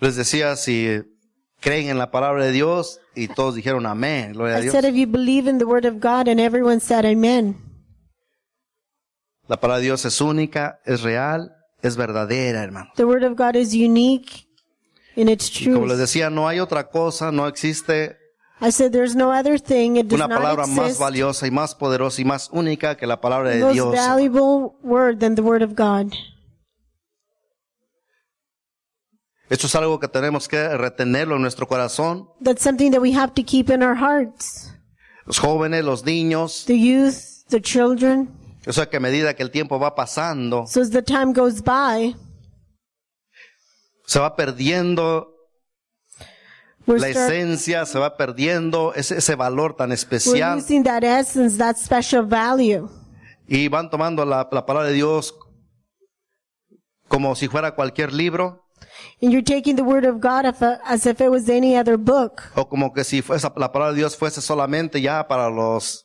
les decía si creen en la palabra de Dios y todos dijeron amén, gloria a I Dios. said, if you believe in the word of God, and everyone said amen. La palabra de Dios es única, es real, es verdadera, hermano. The word of God is unique in its Y como les truth. decía, no hay otra cosa, no existe I said, there's no other thing. It does una not palabra más exist. valiosa y más poderosa y más única que la palabra de Most Dios. valuable word than the word of God. Esto es algo que tenemos que retenerlo en nuestro corazón. That's something that we have to keep in our hearts. Los jóvenes, los niños. The youth, the children. O sea que a medida que el tiempo va pasando, So as the time goes by, se va perdiendo we're, la start- esencia, se va perdiendo ese, ese valor tan we're especial losing that essence, that special value. y van tomando la, la palabra de Dios como si fuera cualquier libro And you're taking the word of God if- uh, as if it was any other book. o como que si fuese, la palabra de Dios fuese solamente ya para los,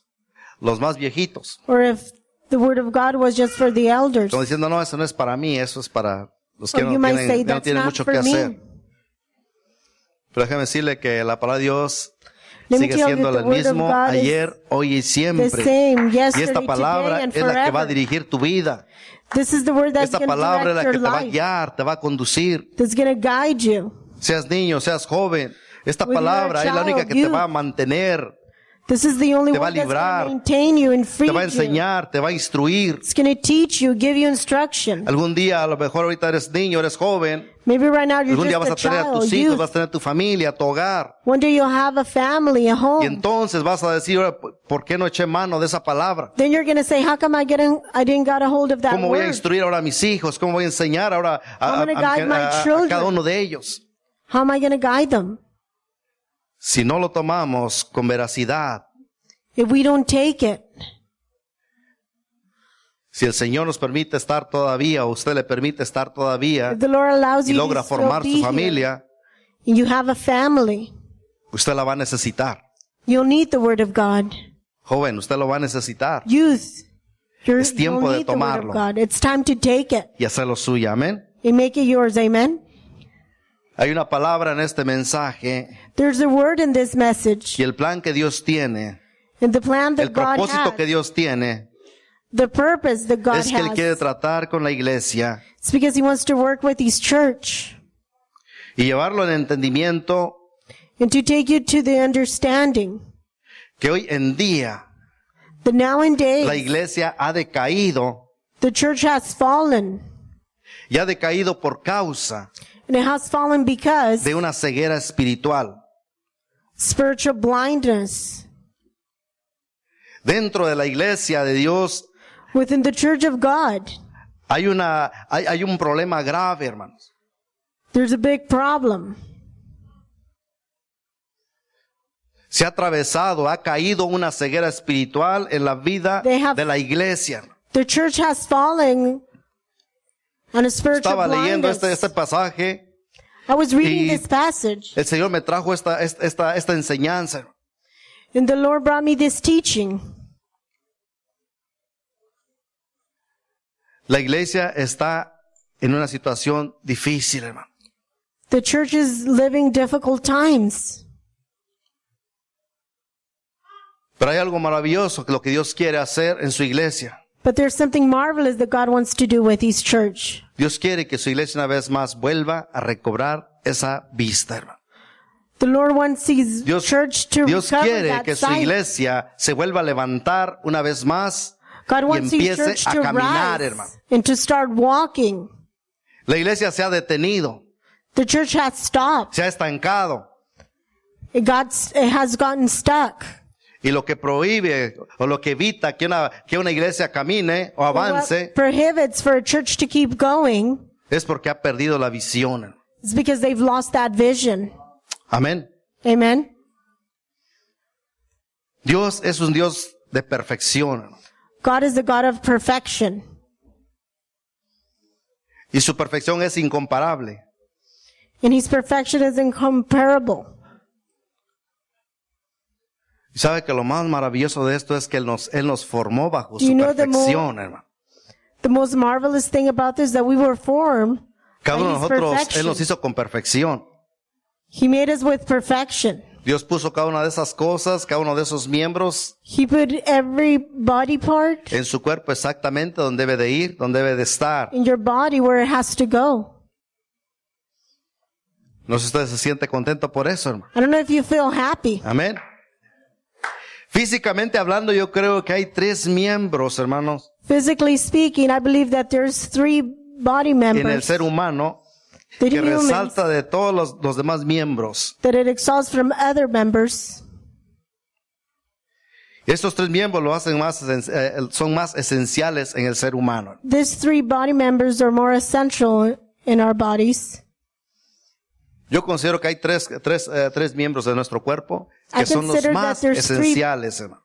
los más viejitos. Or if the word of God was just for the elders. Como diciendo, no, eso no es para mí, eso es para los que Or you no might say, tienen, ya no that's tienen not mucho que for me. hacer. Pero déjame decirle que la palabra de Dios Let me sigue tell you, siendo the el word of mismo God is ayer, hoy y the siempre. Y same yesterday, esta today, palabra and es la que va a forever. dirigir tu vida. This is the word that's Esta going to palabra es direct la que your te va a life. guiar, te va a conducir. That's going to guide you. Seas niño, seas joven. Esta When you are a palabra es la única child, que te you- va a mantener, This is the only Te va one a that's going librar. to maintain you and free te va a you. enseñar, te va a instruir. It's going to teach you, give you instruction. Algún día, a lo mejor ahorita eres niño, eres joven. Maybe right now you're Algún día vas just a a tener a child, tus hijos, youth. vas a tener tu familia, tu hogar. One day you'll have a family, a Y home. entonces vas a decir, "Ahora, ¿por qué no eché mano de esa palabra? Then you're going to say, how come I, getting, I didn't got a hold of that ¿Cómo voy a word? instruir ahora a mis hijos? ¿Cómo voy a enseñar ahora a, a- I'm gonna a- guide my a- a children. cada uno de ellos? How am I going to guide them? Si no lo tomamos con veracidad, If we don't take it, si el Señor nos permite estar todavía, o usted le permite estar todavía if the Lord allows y you logra to still formar be su here, familia, and you have a family, usted la va a necesitar. you'll need the word of God. Joven, usted lo va a necesitar Youth, you're, Es tiempo you'll de need the word of tomarlo. God. It's time to take it y hacerlo suya. Amén. and make it yours. Amen. Hay una palabra en este mensaje There's a word in this message y el plan que Dios tiene, and the plan that el God propósito que has, Dios tiene, the purpose that God es que Él quiere has. tratar con la iglesia It's because He wants to work with His church y llevarlo en entendimiento and to take you to the understanding que hoy en día that now and la days iglesia ha decaído the church has fallen y ha decaído por causa and it has fallen because de una ceguera espiritual. spiritual blindness. Dentro de la iglesia de Dios Within the church of God, hay una hay, hay un problema grave, hermanos. there's a big problem. Se ha atravesado, ha caído una ceguera espiritual en la vida They have- de la iglesia. The church has fallen on a spiritual Estaba leyendo blindness. este, este pasaje, I was reading y- this passage el Señor me trajo esta, esta, esta, esta enseñanza. and the Lord brought me this teaching. La iglesia está en una situación difícil, hermano. The church is living difficult times. Pero hay algo maravilloso que lo que Dios quiere hacer en su iglesia. But there's something marvelous that God wants to do with His church. Dios quiere que su iglesia una vez más vuelva a recobrar esa vista, hermano. The Lord wants His Dios, church to Dios recover quiere that que su sight. iglesia se vuelva a levantar una vez más. God y wants His empiece church a to caminar, rise hermano. and to start walking. La iglesia se ha detenido, The church has stopped. se ha estancado. It got, it has gotten stuck. Y lo que prohíbe o lo que evita que una, que una iglesia camine o avance What prohibits for a church to keep going es porque ha perdido la visión. is because they've lost that vision. Amén. Amen. Dios es un Dios de perfección. God is the God of perfection, Y su perfección es incomparable. and His perfection is incomparable. Y sabe que lo más maravilloso de esto es que Él nos, Él nos formó bajo Do su you know the more- perfección, hermano. The most marvelous thing about this is that we were formed Cada uno de His nosotros, Él perfection. nos hizo con perfección. He made us with perfection. Dios puso cada una de esas cosas, cada uno de esos miembros He put every body part en su cuerpo exactamente donde debe de ir, donde debe de estar. in your body where it has to go. No sé si usted se siente contento por eso, hermano. I don't know if you feel happy. Amén. Físicamente hablando, yo creo que hay tres miembros, hermanos, Physically speaking, I believe that there's three body en el members ser humano that que humans resalta de todos los, los demás miembros. that it exalts from other members. Estos tres miembros lo hacen más, esen- eh, son más esenciales en el ser humano. These three body members are more essential in our bodies. Yo considero que hay tres, tres, eh, tres miembros de nuestro cuerpo I que son los consider that más there's three- esenciales, hermano.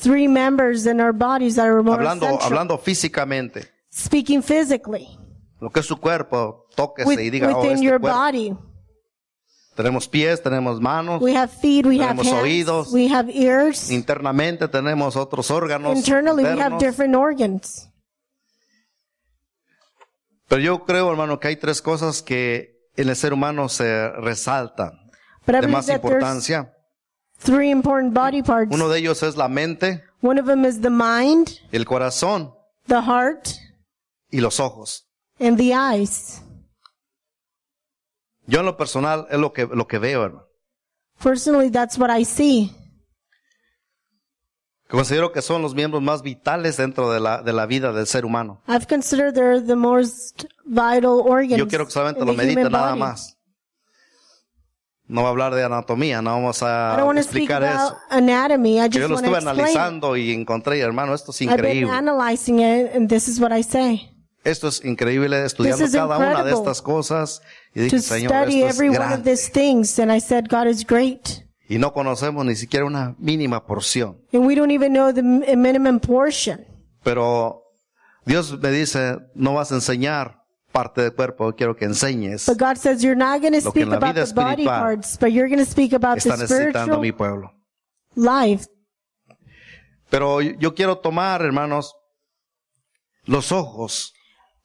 Three members in our bodies that are more Hablando, essential. hablando físicamente, Speaking physically, lo que es su cuerpo, tóquese with- y diga, oh, within este your cuerpo. body, Tenemos pies, tenemos manos, we have feet, we have Tenemos hands, oídos. we have ears. internamente tenemos otros órganos. Internally, we have internos. different organs. Pero yo creo, hermano, que hay tres cosas que en el ser humano se resaltan But I de believe más that there's importancia. three important body parts. Uno de ellos es la mente, One of them is the mind, el corazón the heart, y los ojos. and the eyes. Yo en lo personal es lo que, lo que veo, hermano. Personally, that's what I see. Considero que son los miembros más vitales dentro de la, de la vida del ser humano. I've considered they're the most vital organs. Yo quiero que solamente in lo the human medite nada body. más. No va a hablar de anatomía, no vamos I don't a want to speak explicar about eso. anatomy. I Que just Yo lo want to estuve explain. analizando y encontré, hermano, esto es I've been increíble. analyzing it, and this is what I say. Esto es increíble estudiando This is cada una de incredible. estas cosas y dije, To Señor, study esto every es one of grande. these things, and I said, God is great. Y no conocemos ni siquiera una mínima porción. And we don't even know the m- a minimum portion. Pero Dios me dice, no vas a enseñar parte del cuerpo, quiero que enseñes. But God says you're not going to Lo que speak en la about vida the body espiritual parts, but you're going to speak about Está the necesitando spiritual mi pueblo. life. Pero yo- yo quiero tomar, hermanos, los ojos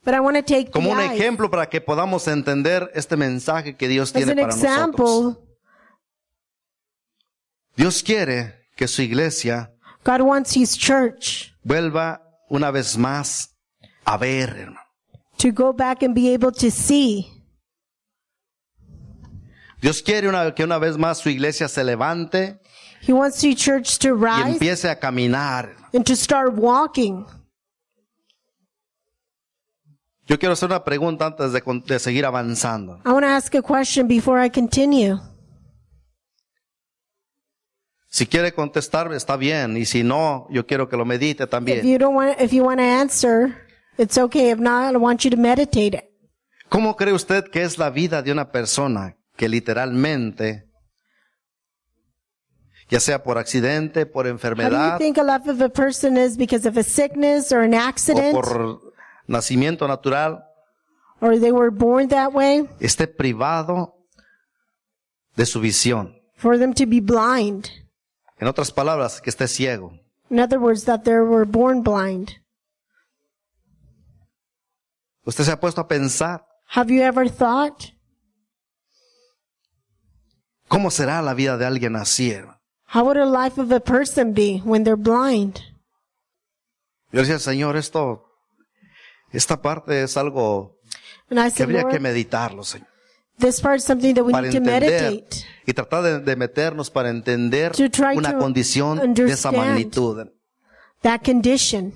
But I want to take como the un eyes ejemplo para que podamos entender este mensaje que Dios as tiene an para nosotros. example. Dios quiere que su iglesia God wants His church vuelva una vez más a ver, hermano. to go back and be able to see. Dios quiere una- que una vez más su iglesia se levante He wants the church to y rise empiece a caminar. and to start walking. Yo quiero hacer una pregunta antes de, con- de seguir avanzando. I want to ask a question before I continue. Si quiere contestar, está bien. Y si no, yo quiero que lo medite If también. you don't want, if you want to answer, it's okay. If not, I want you to meditate it. ¿Cómo cree usted que es la vida de una persona que literalmente, ya sea por accidente, por How do you enfermedad think a life of a person is because of a sickness or an o accident, por nacimiento natural, or they were born that way? esté privado de su visión? For them to be blind. En otras palabras, que esté ciego. In other words, that they were born blind. ¿Usted se ha puesto a pensar Have you ever thought? cómo será la vida de alguien así? hermano? How would a life of a person be when they're blind? Yo decía, Señor, esto, esta parte es algo And I que said, habría que Lord, meditarlo, Señor, this part is something that we para need to entender meditate, y tratar de, de meternos para entender To try una to condición de esa understand. magnitud. that condition.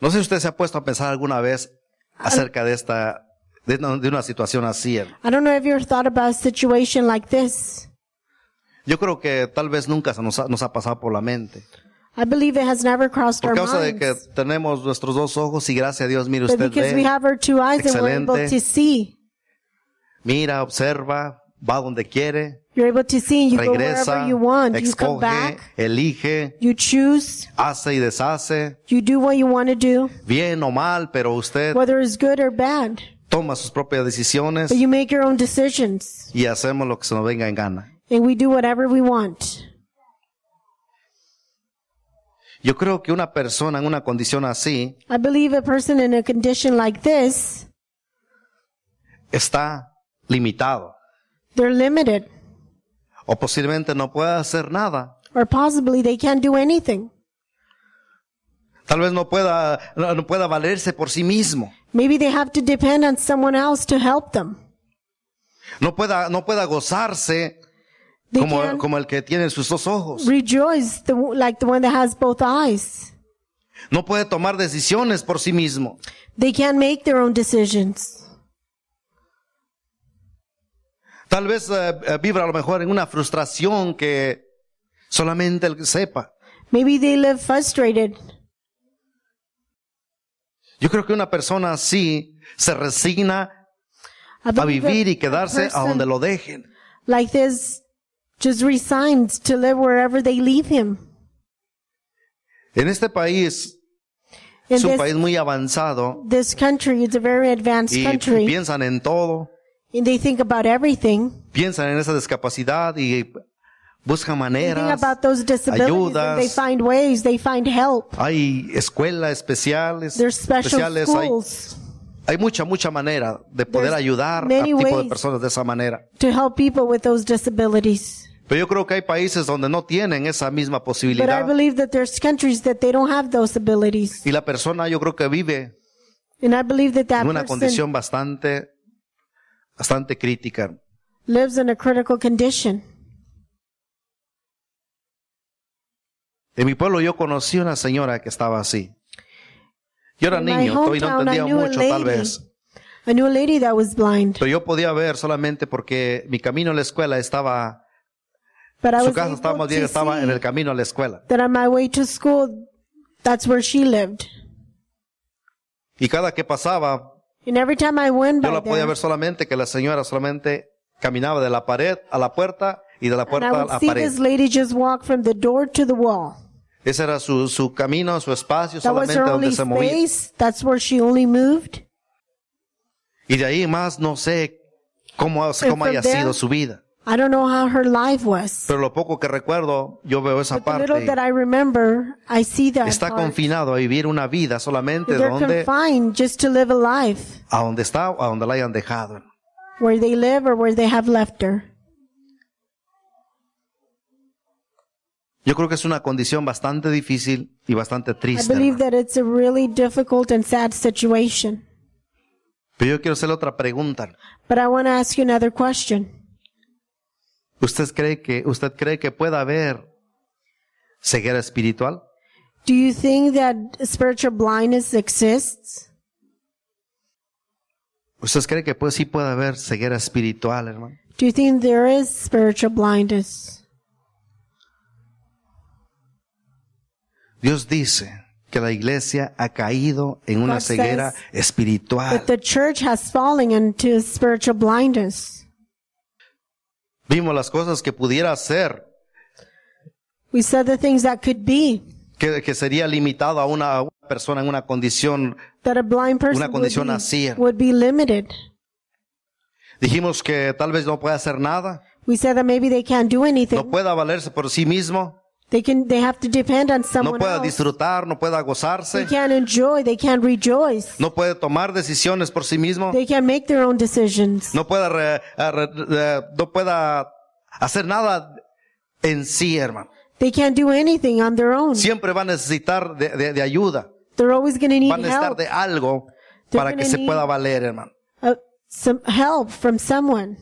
No sé si usted se ha puesto a pensar alguna vez Ah. acerca de esta, de, una- de una situación así. hermano. I don't know if you ever thought about a situation like this. Yo creo que tal vez nunca se nos ha, nos ha pasado por la mente. I believe it has never crossed Por our causa de minds. que tenemos nuestros dos ojos y gracias a Dios, mire but usted, because we ve, have our two eyes and we're able Excelente. to see. mira, observa, va donde quiere, You're able to see and you go regresa, wherever you want. You come escoge, back, elige, you choose, hace y deshace, you do what you want to do, bien o mal, pero usted whether it's good or bad. toma sus propias decisiones But you make your own decisions, y hacemos lo que se nos venga en gana. and we do whatever we want. Yo creo que una persona en una condición así I believe a person in a condition like this, está limitado they're limited, o posiblemente no puede hacer nada. or possibly they can't do anything. Tal vez no pueda, no no pueda valerse por sí mismo. Maybe they have to depend on someone else to help them. No pueda, no pueda gozarse They como, can't como el que tiene sus dos ojos. rejoice the, like the one that has both eyes. No puede tomar decisiones por sí mismo. They can't make their own decisions. Tal vez eh, eh, vibra a lo mejor en una frustración que solamente él sepa. Maybe they live frustrated. Yo creo que una persona así se resigna I a believe vivir y that a quedarse a person donde lo dejen. like this just resigns to live wherever they leave him. En este país, In es un this, país muy avanzado this country, it's a very advanced y country, piensan en todo, and they think about everything. piensan en esa discapacidad y buscan They think maneras. about those disabilities, ayudas. and they find ways, they find help. Hay escuelas especiales, There's special especiales, hay, schools hay mucha, mucha manera de poder There's ayudar a many tipo de ways. personas de esa manera. to help people with those disabilities. Pero yo creo que hay países donde no tienen esa misma But I posibilidad believe that there's countries that they don't have those abilities. y la persona yo creo que vive And I believe that that en una person condición bastante, bastante crítica. lives in a critical condition. En mi pueblo yo conocí una señora que estaba así. Yo era In my niño todavía no hometown, I entendía knew a mucho tal lady. vez, I knew a lady that was blind, pero yo podía ver solamente porque mi camino a la escuela estaba, but I su was casa estaba able más bien to estaba see en el camino a la escuela. that on my way to school, that's where she lived. Y cada que pasaba, And every time I went yo by la podía there, ver solamente que la señora solamente caminaba de la pared a la puerta y de la and puerta I a would la see pared. this lady just walk from the door to the wall. Ese era su, su camino, su espacio, That was solamente her only donde se movía. space. That's where she only moved. Y de ahí más no sé cómo, And cómo haya from there- sido su vida. I don't know how her life was. Pero lo poco que recuerdo, yo veo esa But the little parte. that I remember, I see that Está part. confinado a vivir una vida solamente They're donde, confined just to live a life a donde está o a donde la hayan dejado. where they live or where they have left her. Yo creo que es una condición bastante difícil y bastante I triste. believe hermano. that it's a really difficult and sad situation. Pero yo quiero hacerle otra pregunta. But I want to ask you another question. ¿Usted cree que, usted cree que pueda haber ceguera espiritual? Do you think that spiritual blindness exists? ¿Usted cree que pues, sí puede haber ceguera espiritual, hermano? Do you think there is spiritual blindness? Dios dice que la iglesia ha caído en una God says ceguera espiritual. That the church has fallen into spiritual blindness. Vimos las cosas que pudiera hacer, We said the things that could be, que, que sería limitado a una, a una persona en una condición. that a blind person Una would condición be- así. would be limited. Dijimos que tal vez no pueda hacer nada, We said that maybe they can't do no anything. pueda valerse por sí mismo, They can, they have to depend on no someone pueda else. disfrutar, no pueda They gozarse, can't enjoy, they can't rejoice. no puede tomar decisiones por sí mismo, They can make their own decisions. no pueda, re- a- re- eh, no pueda hacer nada en sí, hermano. They can't do anything on their own. Siempre va a necesitar de, de- de ayuda, They're always going to va a need necesitar help, de algo They're para que gonna se need- pueda valer, hermano. uh, some help from someone.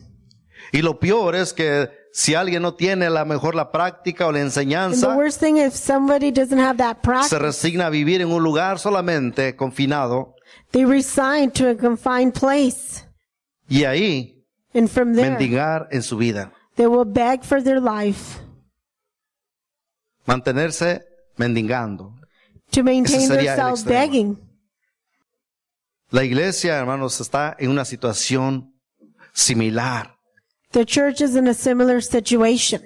Y lo peor es que si alguien no tiene a lo mejor la práctica o la And the enseñanza, worst thing if somebody doesn't have that se practice, resigna a vivir en un lugar solamente confinado they resign to a confined place, y ahí and from there mendigar en su vida, they will beg for their life mantenerse mendigando. to maintain sería el themselves extremo. begging. La iglesia, hermanos, está en una situación similar. The church is in a similar situation.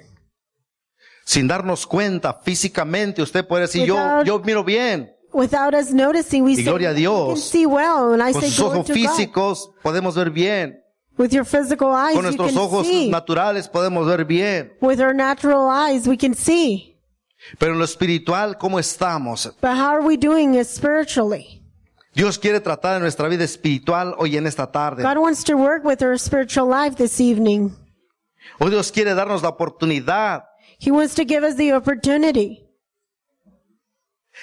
Sin darnos cuenta físicamente, usted puede decir, yo, Without- yo miro bien. Without us noticing, we Y say, gloria a "I can Dios. see well, and I Con say, sus "Glory ojos to God." físicos podemos ver bien. With your physical eyes, Con you nuestros can ojos see. naturales podemos ver bien. With our natural eyes, we can see. Pero en lo espiritual, ¿cómo estamos? But how are we doing it spiritually? Dios quiere tratar en nuestra vida espiritual hoy en esta tarde. God wants to work with our spiritual life this evening. Hoy Dios quiere darnos la oportunidad He wants to give us the opportunity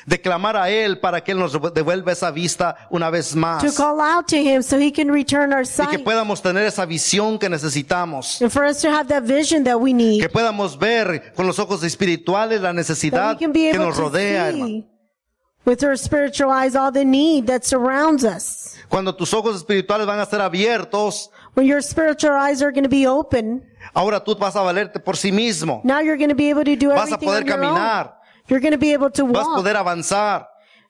de clamar a Él para que Él nos devuelva esa vista una vez más. to call out to Him so He can return our Y que sight podamos tener esa visión que necesitamos. and for us to have that vision that we need. Que podamos ver con los ojos espirituales la That necesidad we can be que able nos to rodea, hermano. see with our spiritual eyes all the need that surrounds us. Cuando tus ojos espirituales van a ser abiertos, When your spiritual eyes are going to be open, ahora tú vas a valerte por sí mismo. now you're going to be able to do Vas a everything poder on your caminar. own. You're going to be able to Vas a walk. poder avanzar.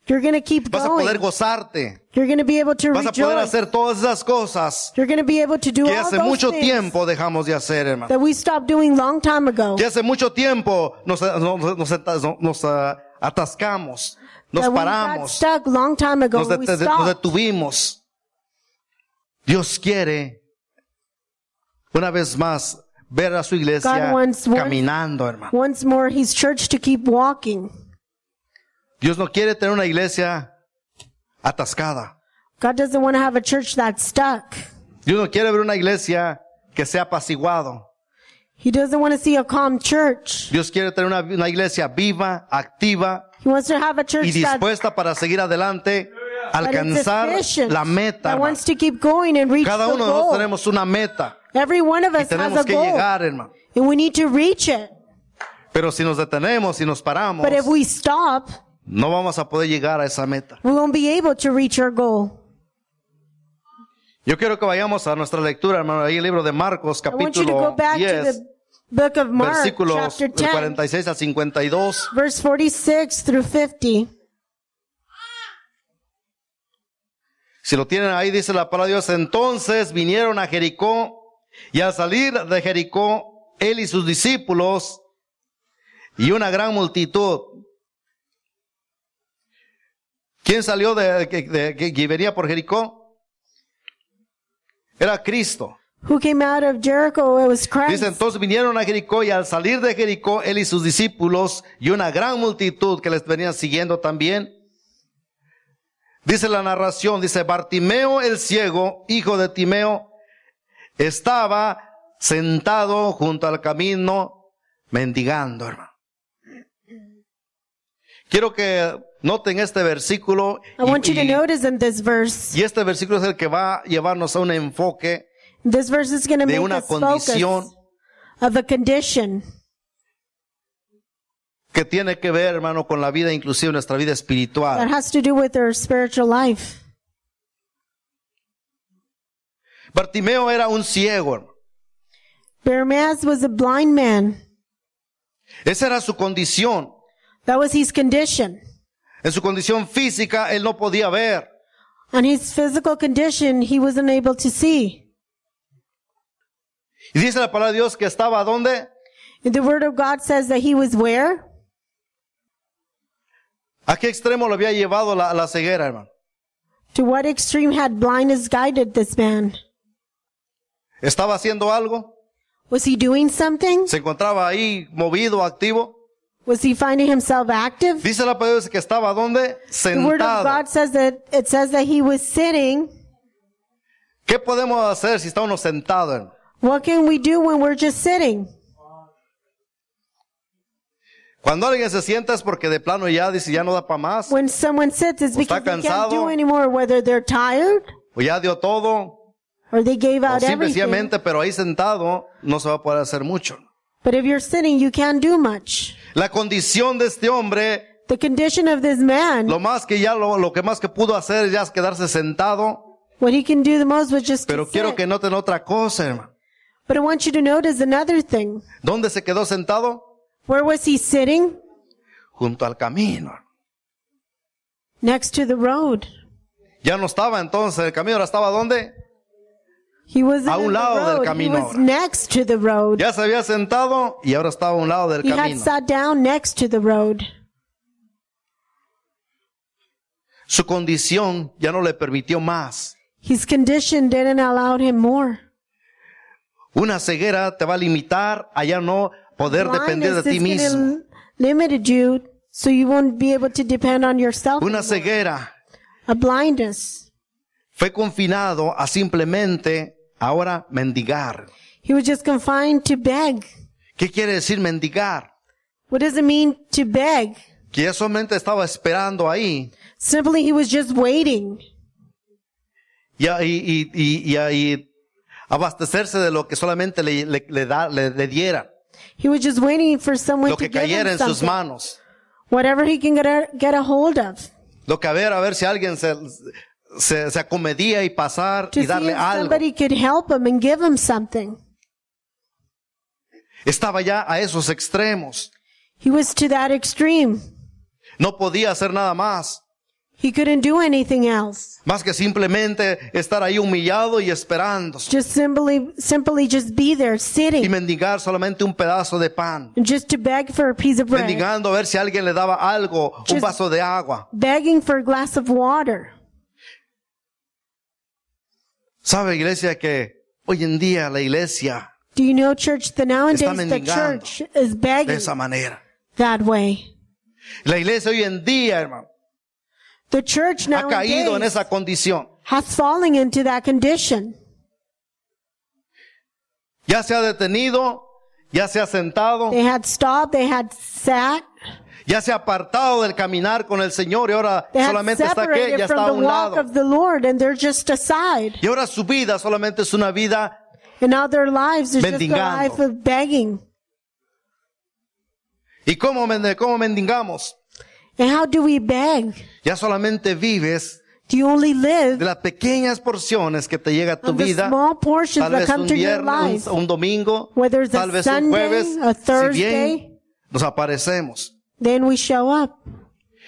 you're going to keep Vas a poder going. gozarte. You're going to be able to Vas a poder rejoice. hacer todas esas cosas You're going to be able to do que all hace those mucho things tiempo dejamos de hacer, hermano. that we stopped doing long time ago. Que hace mucho tiempo nos, nos- nos- nos- nos, ah, atascamos, nos that we got paramos, stuck long time ago. nos, we dete- nos stopped. detuvimos. Dios quiere, una vez más, ver a su iglesia God wants- wants- caminando, hermano. Once more, He's church to keep walking. Dios no quiere tener una iglesia atascada. God doesn't want to have a church that's stuck. Dios no quiere ver una iglesia que sea apaciguado. He doesn't want to see a calm church. Dios quiere tener una, una iglesia viva, activa He wants to have a church y that, dispuesta para seguir adelante, that is alcanzar efficient, la meta. that hermano. wants to keep going and reach Cada the uno de goal. nosotros tenemos una meta Every one of y us has tenemos a que goal, llegar, hermano. and we need to reach it. Pero si nos detenemos y nos paramos, But if we stop, no vamos a poder llegar a esa meta. we won't be able to reach our goal. Yo quiero que vayamos a nuestra lectura, hermano, ahí el libro de Marcos, I want you to capítulo go back 10, to the book of Mark, versículos chapter del 10, 46 al 52. verse 46 through 50. Si lo tienen ahí, dice la palabra de Dios. Entonces vinieron a Jericó y al salir de Jericó, él y sus discípulos y una gran multitud. ¿Quién salió de, de, de- que- que venía por Jericó? Era Cristo. Who came out of Jericho? It was Christ. Dice, entonces vinieron a Jericó y al salir de Jericó, él y sus discípulos y una gran multitud que les venían siguiendo también. Dice la narración, dice, Bartimeo el ciego, hijo de Timeo, estaba sentado junto al camino mendigando, hermano. Quiero que noten este versículo I want y- you to y, notice in this verse. y este versículo es el que va a llevarnos a un enfoque This verse is going to de make una us focus condición of a condition que tiene que ver, hermano, con la vida, inclusive nuestra vida that espiritual. has to do with our spiritual life. Bartimeo era un ciego. hermano. Bartimaeus was a blind man. Esa era su condición. That was his condition. En su condición física, él no podía ver. On his physical condition, he was unable to see. Y dice la palabra de Dios que estaba ¿dónde? And the word of God says that he was where? ¿A qué extremo lo había llevado la, la ceguera, hermano? To what extreme had blindness guided this man? ¿Estaba haciendo algo? Was he doing something? ¿Se encontraba ahí movido, activo? Was he finding himself active? Dice la palabra de Dios que estaba ¿dónde? The word Sentado. of God says that it says that he was sitting. ¿Qué podemos hacer si está uno sentado, hermano? What can we do when we're just sitting? Cuando alguien se sienta es porque de plano ya dice, ya no da para más. When someone sits, it's O está because they can't do cansado. anymore, whether they're tired O ya dio todo. or they gave O out everything. simplemente, pero ahí sentado no se va a poder hacer mucho. But if you're sitting, you can't do much. La condición de este hombre, The condition of this man, lo más que ya lo, lo que más que pudo hacer ya es quedarse sentado. what he can do the most was just Pero to quiero sit. que noten otra cosa, hermano. But I want you to notice another thing. ¿Dónde se quedó sentado? Where was he sitting? Junto al camino. Next to the road. Ya no estaba entonces en el camino, ahora estaba dónde? He was A on un the lado del road. he camino was ahora. next to the road. Ya se había sentado y ahora estaba a un lado del he had camino. sat down next to the road. Su condición ya no le permitió más. His condition didn't allow him more. Una ceguera te va a limitar a ya no poder depender de Blindness ti is mismo. gonna limited you so you won't be able to depend on yourself. Una ceguera. A blindness. Fue confinado a simplemente ahora mendigar. He was just confined to beg. ¿Qué quiere decir mendigar? What does it mean to beg? Que ya solamente estaba esperando ahí. Simply, he was just waiting y, a- y- y- y- y a- y abastecerse de lo que solamente le, le, le da- le- le diera, He was just waiting for someone lo to que give cayera him en sus something. manos, Whatever he can get a, get a hold of. lo que a ver, a ver si alguien se, se, se acomedía y pasar To y see darle if algo. somebody could help him and give him something. Estaba ya a esos extremos, He was to that extreme. no podía hacer nada más, He couldn't do anything else. más que simplemente estar ahí humillado y esperando Just simply, simply just be there y sitting. mendigar solamente un pedazo de pan, and Just to beg for a piece of bread. mendigando a ver si alguien le daba algo, un Just- vaso de agua. Begging for a glass of water. ¿Sabe, iglesia, que hoy en día la iglesia Do you know, church, that nowadays the mendigando. church de is begging esa manera. that way. La iglesia hoy en día, hermano, The church ha caído en nowadays esa condición. has fallen into that condition. Ya se ha detenido, ya se ha sentado, They had stopped, they had sat, ya se ha apartado del caminar con el Señor y ahora they had solamente está que ya separated está a from the un walk lado. of the Lord, and they're just aside. Y ahora su vida solamente es una vida And now their lives is just a Mendigando. life of begging. y cómo mende- cómo mendigamos. And how do we beg? Ya solamente vives Do you only de live las pequeñas porciones que te llega a tu on the vida. small portions Tal that vez come un to your viernes, life? un, un domingo, Whether it's a tal vez un Sunday, jueves, si a bien Thursday. nos aparecemos. Then we show up.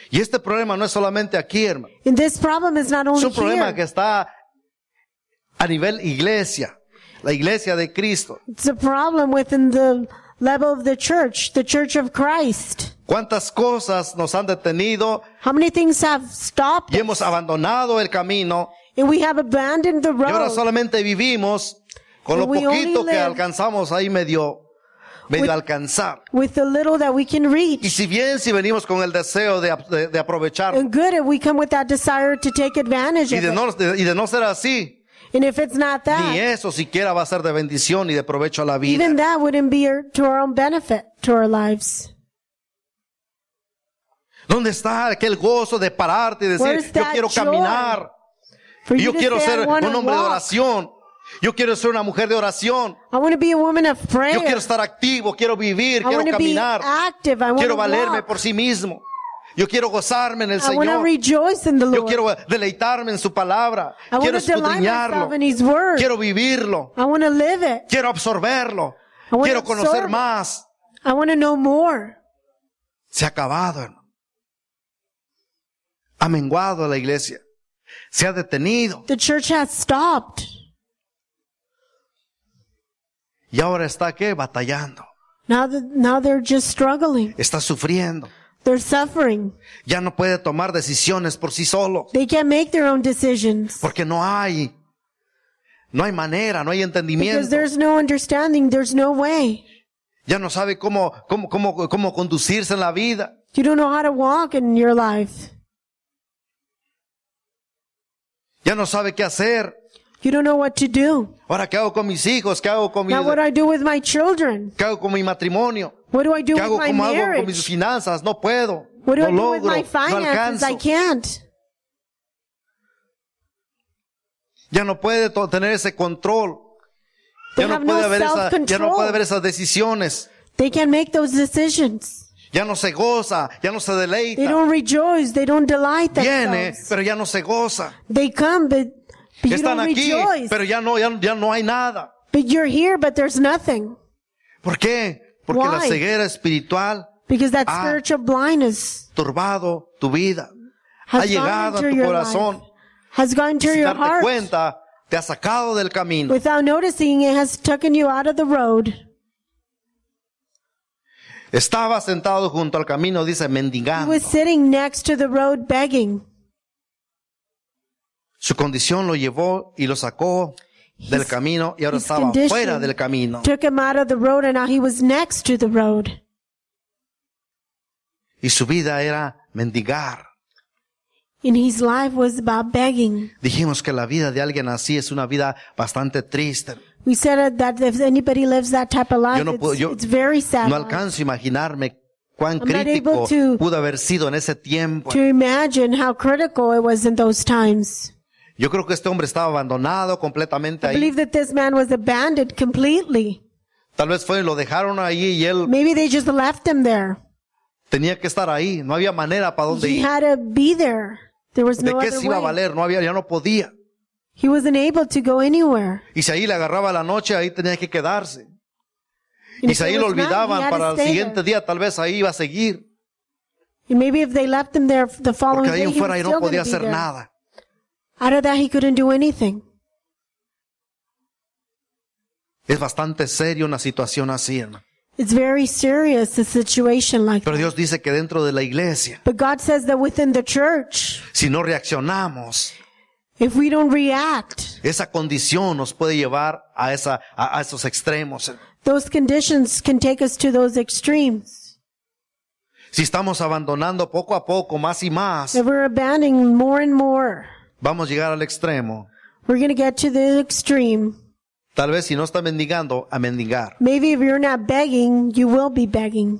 Y este problema no es solamente aquí, hermano. And this problem is not Es only un problema que here. está a nivel iglesia, la iglesia de Cristo. It's a problem within the level of the church, the church of Christ. ¿Cuántas cosas nos han detenido How many things have stopped y hemos abandonado el camino and we have abandoned the y ahora road? solamente vivimos con lo We only poquito que live alcanzamos ahí medio, medio with- alcanzar? with the little that we can Y reach. si bien si venimos con el deseo de, ap- de- de aprovechar And good if we come with that desire to take advantage y of de, it. no, de- y de no ser así, And if it's not ni that, eso siquiera va a ser de bendición y de provecho a la vida. even that wouldn't be our- to our own benefit, to our lives. ¿Dónde está aquel gozo de pararte y Where decir, is yo that quiero joy? caminar? For Y yo to quiero say, ser I un wanna hombre de este walk. oración. Yo quiero ser una mujer de oración. I want to be a woman of prayer. Yo quiero estar activo, quiero vivir, Eh. I want quiero to be caminar. active. I want to Quiero valerme walk. por sí mismo. Yo quiero gozarme en el I want to Señor. rejoice in the Yo Lord. quiero deleitarme en su palabra. I want Quiero to delight escudriñarlo. myself in His Word. Quiero vivirlo. I want to live it. Quiero absorberlo. I wanna Quiero conocer absorb it. más. I want to know more. Se ha acabado, hermano. Ha menguado la iglesia. Se ha detenido. The church has stopped. Y ahora está, ¿qué? Batallando. Now, that, now they're just struggling. Está sufriendo. They're suffering. ya no puede tomar decisiones por sí solo, They can't make their own decisions. porque no hay, no hay manera, no hay Because entendimiento. there's no understanding, there's no way. Ya no sabe cómo, cómo, cómo, cómo conducirse en la vida. You don't know how to walk in your life. Ya no sabe qué hacer. You don't know what to do. Ahora, ¿qué hago con mis hijos? ¿Qué hago con mi, Now, what do I do with my children? qué hago con mi matrimonio? What do I ¿Qué do with hago, my cómo hago con mis marriage? finanzas? No puedo. What no do I do with logro. my No finances? I alcanzo. can't. Ya no puede to- tener ese control. Ya They no, have no puede haber esa- ya no puede haber esas self-control. decisiones. They can't make those decisions. Ya no se goza, ya no se They deleita. don't rejoice. They don't delight Viene, themselves. pero ya no se goza. They come, but, but you están don't aquí, rejoice. pero ya no, ya, ya no hay nada. But you're here, but there's nothing. ¿Por qué? Porque la Why? ceguera espiritual Because that Ah. spiritual blindness ha turbado tu vida, ha has llegado gone a into tu your life. corazón, Has gone to sin your darte heart. cuenta, te ha sacado del camino. Without noticing, it has taken you out of the road. Estaba sentado junto al camino, dice, He mendigando. was sitting next to the road begging. Su condición lo llevó y lo sacó del His- camino y ahora his estaba condition fuera del camino. Took him out of the road and now he was next to the road. y su vida era mendigar. And his life was about begging. Dijimos que la vida de alguien así es una vida bastante triste. We said that if anybody lives that type of life, Yo no it's, puedo- yo it's very sad. No alcanzo a imaginarme cuán I'm not able crítico to- pudo haber sido en ese tiempo. to imagine how critical it was in those times. Yo creo que este hombre estaba abandonado completamente I ahí. believe that this man was abandoned completely. Tal vez fue lo dejaron ahí y él Maybe they just left him there. tenía que estar ahí. No había manera para dónde He ir. had to be there. There was ¿De no qué other se iba a way. valer? No había, ya no podía. He wasn't able to go anywhere. Y si ahí le agarraba la noche, ahí tenía que quedarse. And Y if si ahí it lo was night, he olvidaban had to para el stay siguiente there. día, tal vez ahí iba a seguir. And maybe if they left him there the following Porque day, ahí he fuera was ahí still no going podía to be hacer there. nada. Out of that, he couldn't do anything. Es bastante serio una situación así, hermano. It's very serious, a situation like Pero that. Dios dice que dentro de la iglesia, But God says that within the church, si no reaccionamos, if we don't react, esa condición nos puede llevar a, esa, a, a esos extremos. hermano. those conditions can take us to those extremes. Si estamos abandonando poco a poco, más y más, If we're abandoning more and more, vamos a llegar al extremo. we're going to get to the extreme. Tal vez si no está mendigando, a mendigar. Maybe if you're not begging, you will be begging.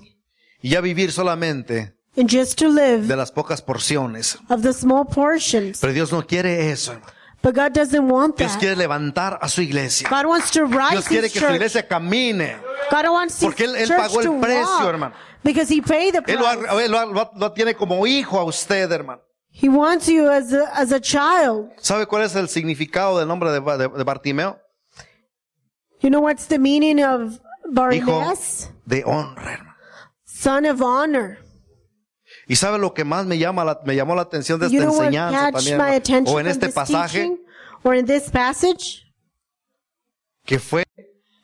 Y ya vivir solamente And just to live de las pocas porciones. of the small portions. Pero Dios no quiere eso. hermano. But God doesn't want Dios that. quiere levantar a su iglesia. God wants to Dios rise quiere his que su church. iglesia camine. God wants his Porque él- él church pagó el to precio, walk hermano. Because he paid the Él lo, price. ha- él lo ha- lo ha- lo tiene como hijo a usted, hermano. He wants you as a, as a child. ¿Sabe cuál es el significado del nombre de, Ba- de- de Bartimeo? You know what's the meaning of Hijo Bartimaeus? de honra, hermano. Son of honor. ¿Y sabe lo que más me, llama la- me llamó la atención de esta You know what enseñanza catch también? my hermano? attention o en from este this pasaje, teaching? Or in this passage? que fue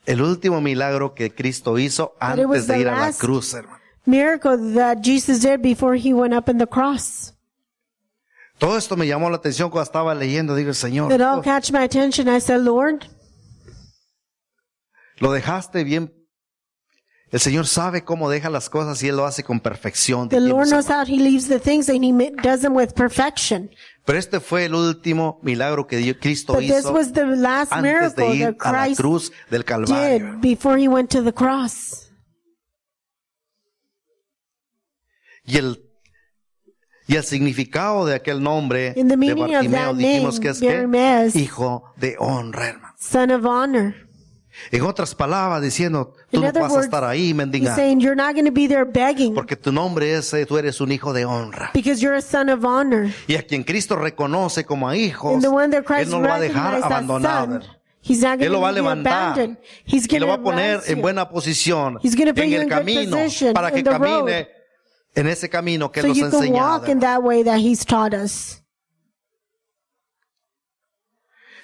el último milagro que Cristo hizo it antes was de the ir a la last- cruz, hermano. Miracle that Jesus did before he went up in the cross. Todo esto me llamó la atención cuando estaba leyendo. Digo, Señor, It all oh, catch my attention. I said, Lord, lo dejaste bien. El Señor sabe cómo deja las cosas y Él lo hace con perfección. the dijimos, Lord knows hermano. how he leaves the things and he ma- does them with perfection. Pero este fue el último milagro que Dios- Cristo But this hizo was the last antes de miracle ir that a la Christ cruz del Calvario. did before he went to the cross. Y el, y el significado de aquel nombre In de the meaning of Bartimeo that dijimos name, que es ¿qué? Bartimaeus. hijo de honra, hermano. Son of honor. En otras palabras, diciendo, tú In no other vas a words, estar ahí, He's mendiga, saying you're not going to be there begging porque tu nombre es, eh, tú eres un hijo de honra. because you're a son of honor. Y a quien Cristo reconoce como a hijos, And the one that Él Christ no lo va a dejar recognized as abandonado. son, he's not Él lo va a going to be levantar abandoned. He's y going lo to va a poner en buena posición He's gonna put en you el in good camino position, para que in the road. camine en ese camino que so nos ha you can enseñado. walk in that way that he's taught us.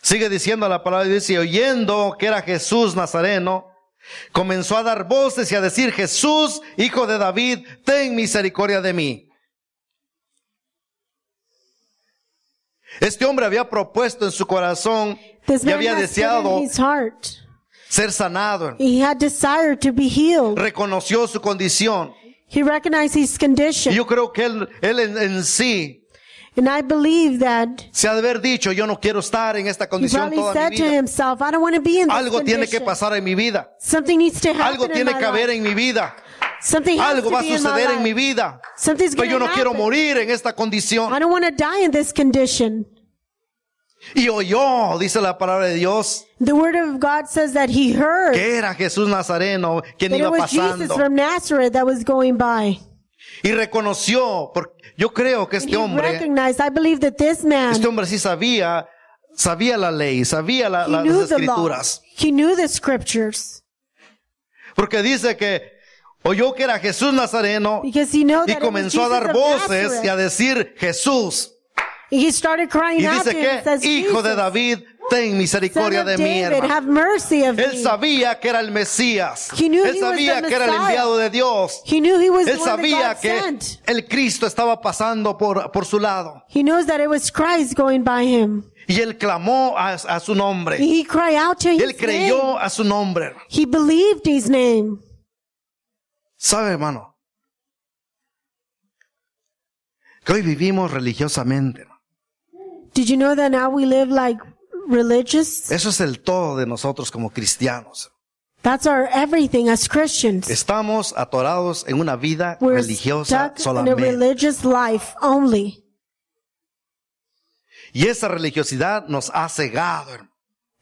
Sigue diciendo la palabra y dice, oyendo que era Jesús Nazareno, comenzó a dar voces y a decir, Jesús, hijo de David, ten misericordia de mí. Este hombre había propuesto en su corazón This y man había has put deseado in his heart. ser sanado. He had desire to be healed. Reconoció su condición. He recognized his Y condition. yo creo que él, él en, en sí and I believe that se ha de haber dicho, yo no quiero estar en esta he condición probably toda said mi to vida. himself, I don't want to be in this Algo tiene que condition. pasar en mi vida. Something needs to happen Algo in tiene my que haber life. en mi vida. Something has Algo to va a be in my suceder en life. mi vida. Something's Pero yo gonna no quiero happen. morir en esta condición. I don't want to die in this condition. Y oyó, dice la palabra de Dios, The word of God says that he heard que era Jesús Nazareno quien that it iba was Jesus pasando. from Nazareth that was going by. Y reconoció, porque yo creo que And este he hombre, recognized, I believe that this man, este hombre sí sabía, sabía la ley, sabía la- he la- knew las the law. escrituras. He knew the scriptures. Porque dice que oyó que era Jesús Nazareno Because he knew y that it was comenzó a Jesus dar of voces Nazareth. y a decir Jesús. And he started crying Y out dice to him, says, que, hijo de "Jesus, David, ten son misericordia of de mí, David, hermano. have mercy of Él me. sabía que era el Mesías. He knew Él he was sabía the que era el Messiah. enviado de Dios. He knew he was the Él one that sabía God que sent. el Cristo estaba pasando por, por su lado. He knows that it was Christ going by him. Y él clamó a, a su nombre. He cried out to his Él name. creyó a su nombre. He believed his name. ¿Sabe, hermano? que hoy vivimos religiosamente. hermano. Did you know that now we live like religious? Eso es el todo de nosotros como cristianos. That's our everything as Christians. Estamos atorados en una vida We're religiosa stuck in a solamente. religious life only. Y esa religiosidad nos ha cegado. hermano.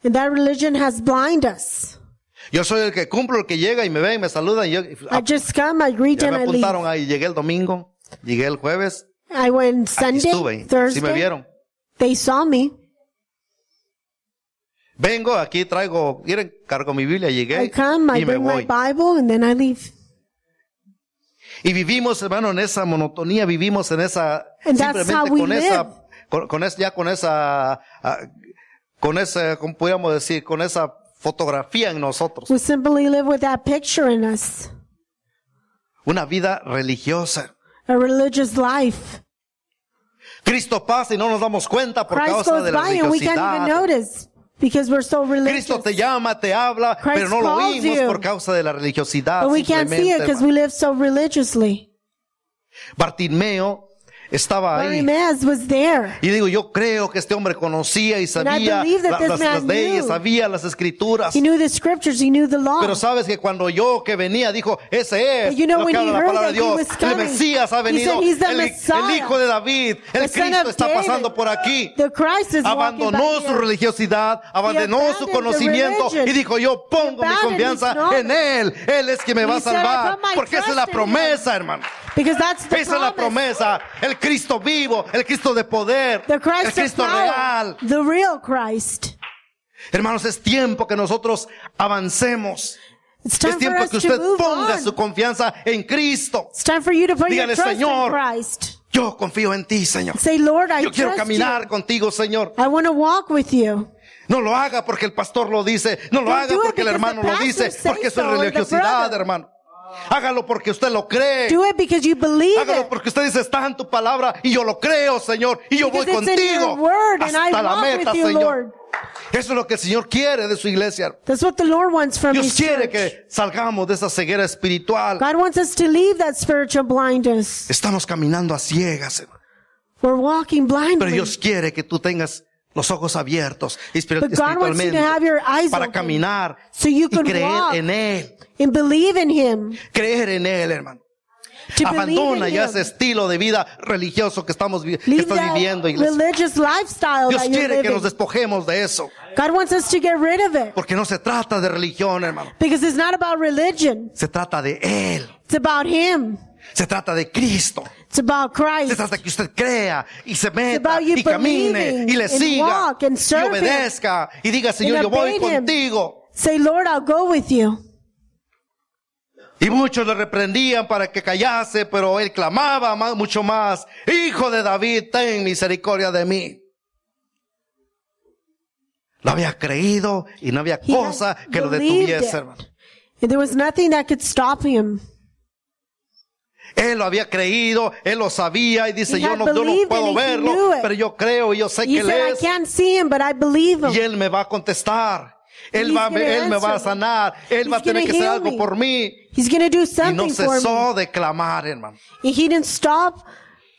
And that religion has blinded us. Yo soy el que cumplo, el que llega y me ve y me saluda. Y yo, I just come, I greet ya and me I leave. apuntaron ahí. Llegué el domingo, llegué el jueves, I went aquí Sunday, estuve. Si me Thursday. vieron. They saw me. Vengo, aquí traigo, miren, cargo mi Biblia, I llegué come, I y me bring my voy. Bible, and then I leave. Y vivimos, hermano, en esa monotonía, vivimos en esa, And that's how simplemente we con esa, live. con, con es- ya con esa, ah, con esa, como podríamos decir, con esa fotografía en nosotros. We simply live with that picture in us. Una vida religiosa. A religious life. Cristo pasa y no nos damos cuenta por Christ causa goes de la by and we can't even religiosidad. notice because we're so religious. Cristo te llama, te habla, Christ pero no lo calls oímos you. por causa de la religiosidad. But we can't see it simplemente, because hermano. we live so religiously. Bartimeo estaba ahí. Bartimaeus was there. Y digo, yo creo que este hombre conocía y And I sabía believe that la- this las, man las leyes, knew. sabía las escrituras. He knew the scriptures, he knew the law. Pero sabes que cuando yo que venía dijo, ese es But you know lo que when he habla la heard palabra de that he Dios. was El coming, Mesías ha he venido, said, "He's the el, Messiah, el hijo de David, el the son Cristo of está David." pasando por aquí. the Christ is walking by Abandonó su here. religiosidad, abandonó su abandoned the conocimiento religion. y dijo, yo pongo mi abandoned his confianza knowledge. en Él. Él es quien me And va a he said, "I salvar. put my Porque esa es la trust in him." promesa, hermano. Because that's the Esa es la promise. promesa. El Cristo vivo, el Cristo de poder, The el Christ of Cristo power, real. the real Christ. Hermanos, es tiempo que nosotros avancemos. It's Es time for tiempo us que to usted move ponga su on. confianza en Cristo. It's time for you to put your Dígale, trust "Señor." in Christ. Yo confío en ti, Señor. Say, Lord, I Yo quiero trust caminar you. contigo, Señor. I want to walk with you. No lo haga porque el pastor lo dice. No lo Don't haga do it porque el because hermano the lo pastor dice. says Porque eso so, es or the religiosidad, brother. hermano. Hágalo porque usted lo cree. Do it because you believe Hágalo it. porque usted dice, está en tu palabra y yo lo creo, Señor. Y yo voy Because it's in your contigo word and I hasta la walk meta, with you, Lord. Señor. Eso es lo que el Señor quiere de su iglesia. That's what the Lord wants from Dios his quiere church. que salgamos de esa ceguera espiritual. God wants us to leave that spiritual blindness. Estamos caminando a ciegas, hermano. We're walking Pero blindly. Dios quiere que tú tengas los ojos abiertos espir- But God wants you to espiritualmente have your eyes para open caminar so you y can creer walk. en Él. and believe in him. Creer en Él, hermano. To believe Abandona in ya him. ese estilo de vida religioso que estamos vi- que Leave estás that viviendo, iglesia. religious lifestyle Dios that you're quiere que living. nos despojemos de eso, God wants us to get rid of it porque no se trata de religión, hermano. because it's not about religion. Se trata de Él. It's about him. Se trata de Cristo. It's about Se Christ. trata que usted crea y se meta about you y camine believing y le and siga walk and y serve obedezca y diga, Señor, yo voy obey Him." contigo. Say, Lord, I'll go with you. Y muchos le reprendían para que callase, pero él clamaba más- mucho más, Hijo de David, ten misericordia de mí. Lo había creído y no había He had cosa que lo believed it. detuviese, hermano. And there was nothing that could stop him. Él lo había creído, él lo sabía y dice, He yo had no, yo no believed it, puedo he knew verlo, it. pero yo creo y yo sé que He él said, I es. can't see him, but I believe him. Y él me va a contestar. Él, He's va, a- gonna él me va a answer. sanar, él He's va a tener gonna que hacer heal algo me. por mí. He's going to do Y something no for me. cesó de clamar, hermano. And he didn't stop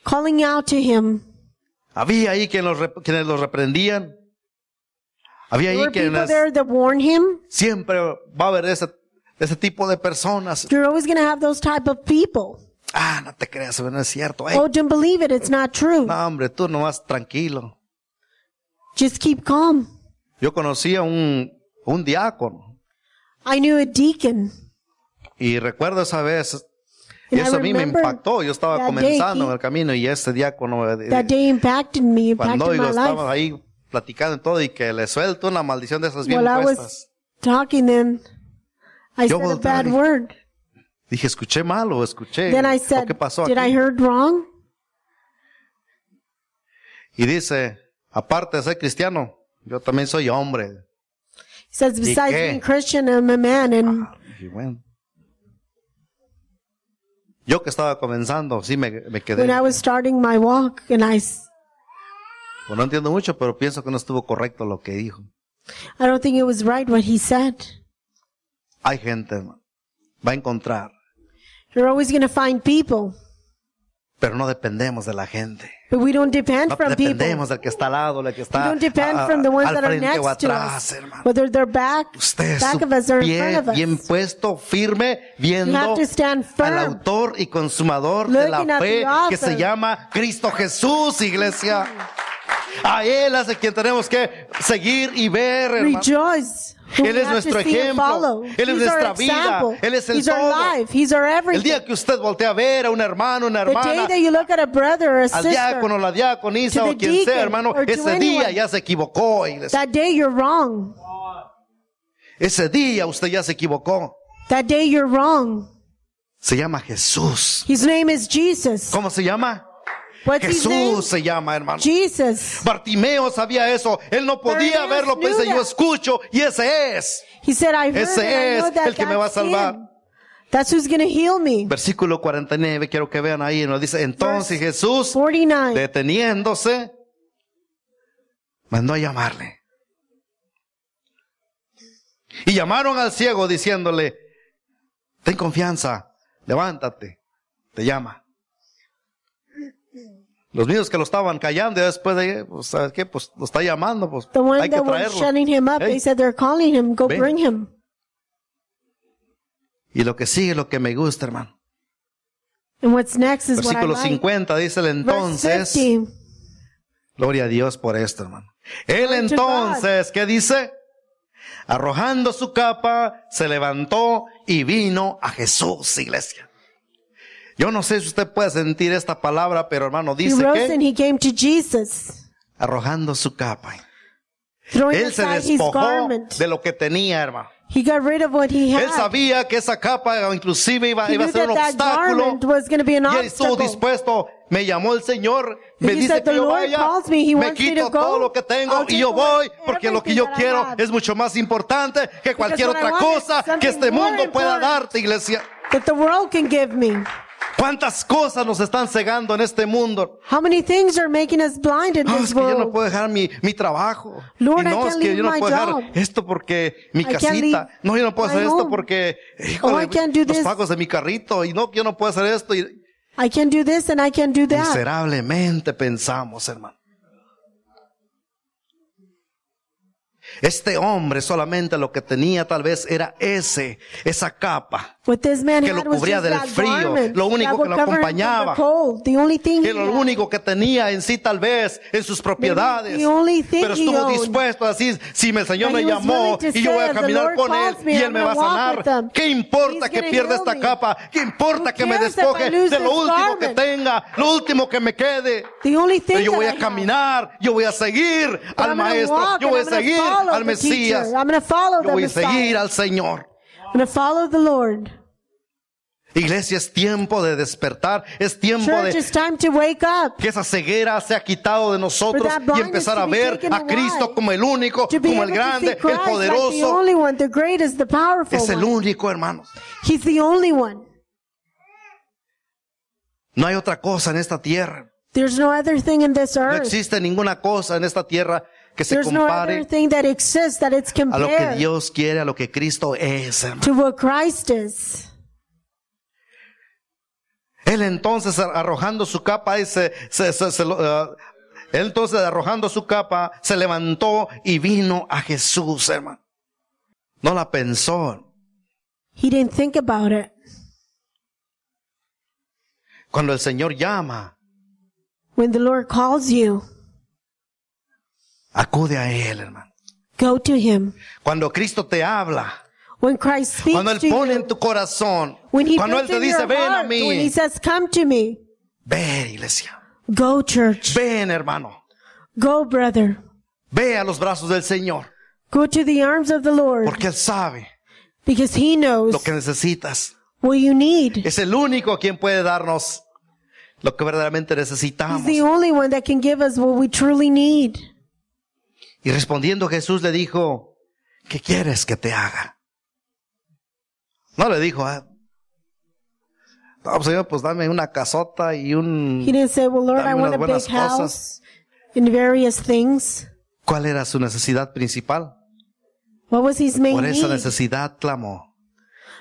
calling out to him. Había ahí quien los rep- quienes los reprendían. Había There ahí were people quienes there that warned him. siempre va a haber ese, ese tipo de personas. You're always going to have those type of people. Ah, no te creas, no es cierto. Ey, Oh, don't believe it. It's not true. no, hombre, tú nomás tranquilo. Just keep calm. Yo conocí a un, un diácono I knew a deacon. y recuerdo esa vez, y And I eso a mí me remember impactó. Yo estaba that comenzando day, en el camino y ese diácono, eh, eh, That day impacted me, cuando impacted y lo my life. estábamos ahí platicando y todo y que le suelto una maldición de esas bien While I was puestas. talking, then I Yo said a volteaba bad y- word. Dije, escuché mal o escuché. Then ¿O I said, ¿Qué pasó Did I aquí? heard wrong? Y dice, aparte de ser cristiano, yo también soy hombre. He says, Besides qué? Ah, being Christian, I'm a man. And Y bueno. Yo que estaba comenzando, sí me, me quedé. when I was starting my walk, and I, s- Pues no entiendo mucho, pero pienso que no estuvo correcto lo que dijo. I don't think it was right what he said. Hay gente, hermano, va a encontrar You're always going to find people Pero no dependemos de la gente. But we don't depend No from people. dependemos del que está al lado, del que We está don't depend ah, from the ones al that are frente o next to atrás, us. hermano. Whether they're back, Usted back of us su or in pie front of bien us. puesto, firme, You viendo have to al stand firm. autor y consumador de la Looking at fe the author. que se llama Cristo Jesús, iglesia. A Él es de quien tenemos que seguir y ver, hermano. Rejoice. who Él es we have to nuestro see and ejemplo. follow. Él es He's nuestra our vida. example. Él es el He's our todo. life. He's our El everything. día que usted voltea a ver a un hermano, una The day hermana, that you look at a brother or a al sister, diácono, la diaconisa to o the quien sea, deacon hermano, or to ese día anyone. ya se equivocó, iglesia. that day you're wrong. Ese día usted ya se equivocó. That day you're wrong. Se llama Jesús. His name is Jesus. ¿Cómo se llama? What's his name? Jesús se llama, hermano. Jesus. Bartimeo sabía eso. Él no podía Bartimaeus verlo, pero knew dice, yo that. escucho y ese es. He said, I heard Ese it. I know es that el que me va a that's salvar. him. That's who's going to heal me. Versículo 49, quiero que vean ahí, nos dice, entonces Jesús, 49. deteniéndose, mandó a llamarle. Y llamaron al ciego diciéndole, ten confianza, levántate, te llama. Los mismos que lo estaban callando y después de, pues, ¿sabes qué? Pues lo está llamando, pues The one hay que that was traerlo. shutting him up, Hey. they said they're calling him. Go Ven. bring him. Y lo que sigue, lo que me gusta, hermano. And what's next is what I Versículo like. 50 dice el Verse entonces. 50. Gloria a Dios por esto, hermano. Él Glory to entonces, ¿qué dice? Arrojando su capa, se levantó y vino a Jesús, iglesia. Yo no sé si usted puede sentir esta palabra, pero hermano, He dice rose and que he came to Jesus, arrojando su capa. throwing Él se aside his despojó garment. de lo que tenía, hermano. He got rid of what he Él had. sabía que esa capa inclusive iba, He iba a knew ser that un that obstáculo. garment was going to be an Y él estuvo obstacle. dispuesto. Me llamó el Señor. He Me dice said, que "The yo Lord vaya. calls me, He Me wants me quito to todo go. lo que tengo I'll y yo take away voy porque lo que yo everything that I quiero have." es mucho más importante que cualquier what I otra want is cosa que something este more mundo pueda important. darte, iglesia. That the world can give me. ¿Cuántas cosas nos están cegando en este mundo? How many things are making us blind in Ah, this es que yo no world? puedo dejar mi, mi trabajo. Lord, Y I no, can't es que leave yo no my puedo dejar job. esto porque mi I can't casita. leave No, yo no puedo my hacer esto home. Oh, porque, híjole, I can't do los this. pagos de mi carrito. Y no, yo no puedo hacer esto. Y, I can do this and I can do that. Miserablemente pensamos, hermano. Este hombre solamente lo que tenía tal vez era ese, esa capa. What this man que lo had was cubría just del that frío, garment lo único that would que lo cover him from acompañaba. the cold. The only thing Que he lo had. único que tenía en sí tal vez en sus propiedades. the only thing Pero estuvo he owned. dispuesto a decir, si el Señor But me he was llamó willing to y yo voy a say, "The caminar Lord con Él calls me, y I'm Él me va gonna a walk with sanar. them. ¿Qué importa He's que gonna pierda heal esta me. capa? ¿Qué importa Who que me cares if I despoje lose de lo this último que garment? tenga, lo último que me quede? The only thing Pero yo that voy I a have. caminar, yo voy a seguir al I'm gonna maestro, walk yo voy and a I'm gonna seguir follow al the teacher. Mesías, I'm going to follow yo the voy a Messiah. seguir al Señor. I'm going to follow the Lord. Iglesia, es tiempo de despertar, es tiempo Church, de it's time to wake up. que esa ceguera sea quitado de nosotros that y blindness empezar to a be ver taken a Cristo away. como el único, To be como el able to see grande, el Christ like the poderoso. only one, the greatest, the powerful Es el one. único, hermanos. He's the only one. No hay otra cosa en esta tierra. There's no other thing in this No earth. existe ninguna cosa en esta tierra que se There's no other compare thing that exists that it's a lo que compared Dios quiere, a lo que Cristo es, hermano. to what Christ is. Él entonces arrojando su capa, y se- se- se- se lo- ah, él entonces arrojando su capa, se levantó y vino a Jesús, hermano. No la pensó. He didn't think about it. Cuando el Señor llama, When the Lord calls you, acude a Él, hermano. go to Him. Cuando Cristo te habla, When Christ speaks cuando Él to pone you, en tu corazón, when He cuando Él puts te in dice, your ven a heart, when He mí, says, come to me, ven, iglesia, go church, ven, hermano, go brother, ve a los brazos del Señor, go to the arms of the Lord, porque Él sabe because He lo knows que necesitas. what you need. Es el único quien puede darnos lo que verdaderamente He's necesitamos. the only one that can give us what we truly need. Y respondiendo Jesús le dijo, ¿qué quieres que te haga? No le dijo, ah, no, pues, señor, pues dame una casota y He un... didn't say, well, Lord, Dame I unas want a buenas big cosas. house and various things. ¿Cuál era su necesidad principal? What was his main Por esa need? necesidad clamó.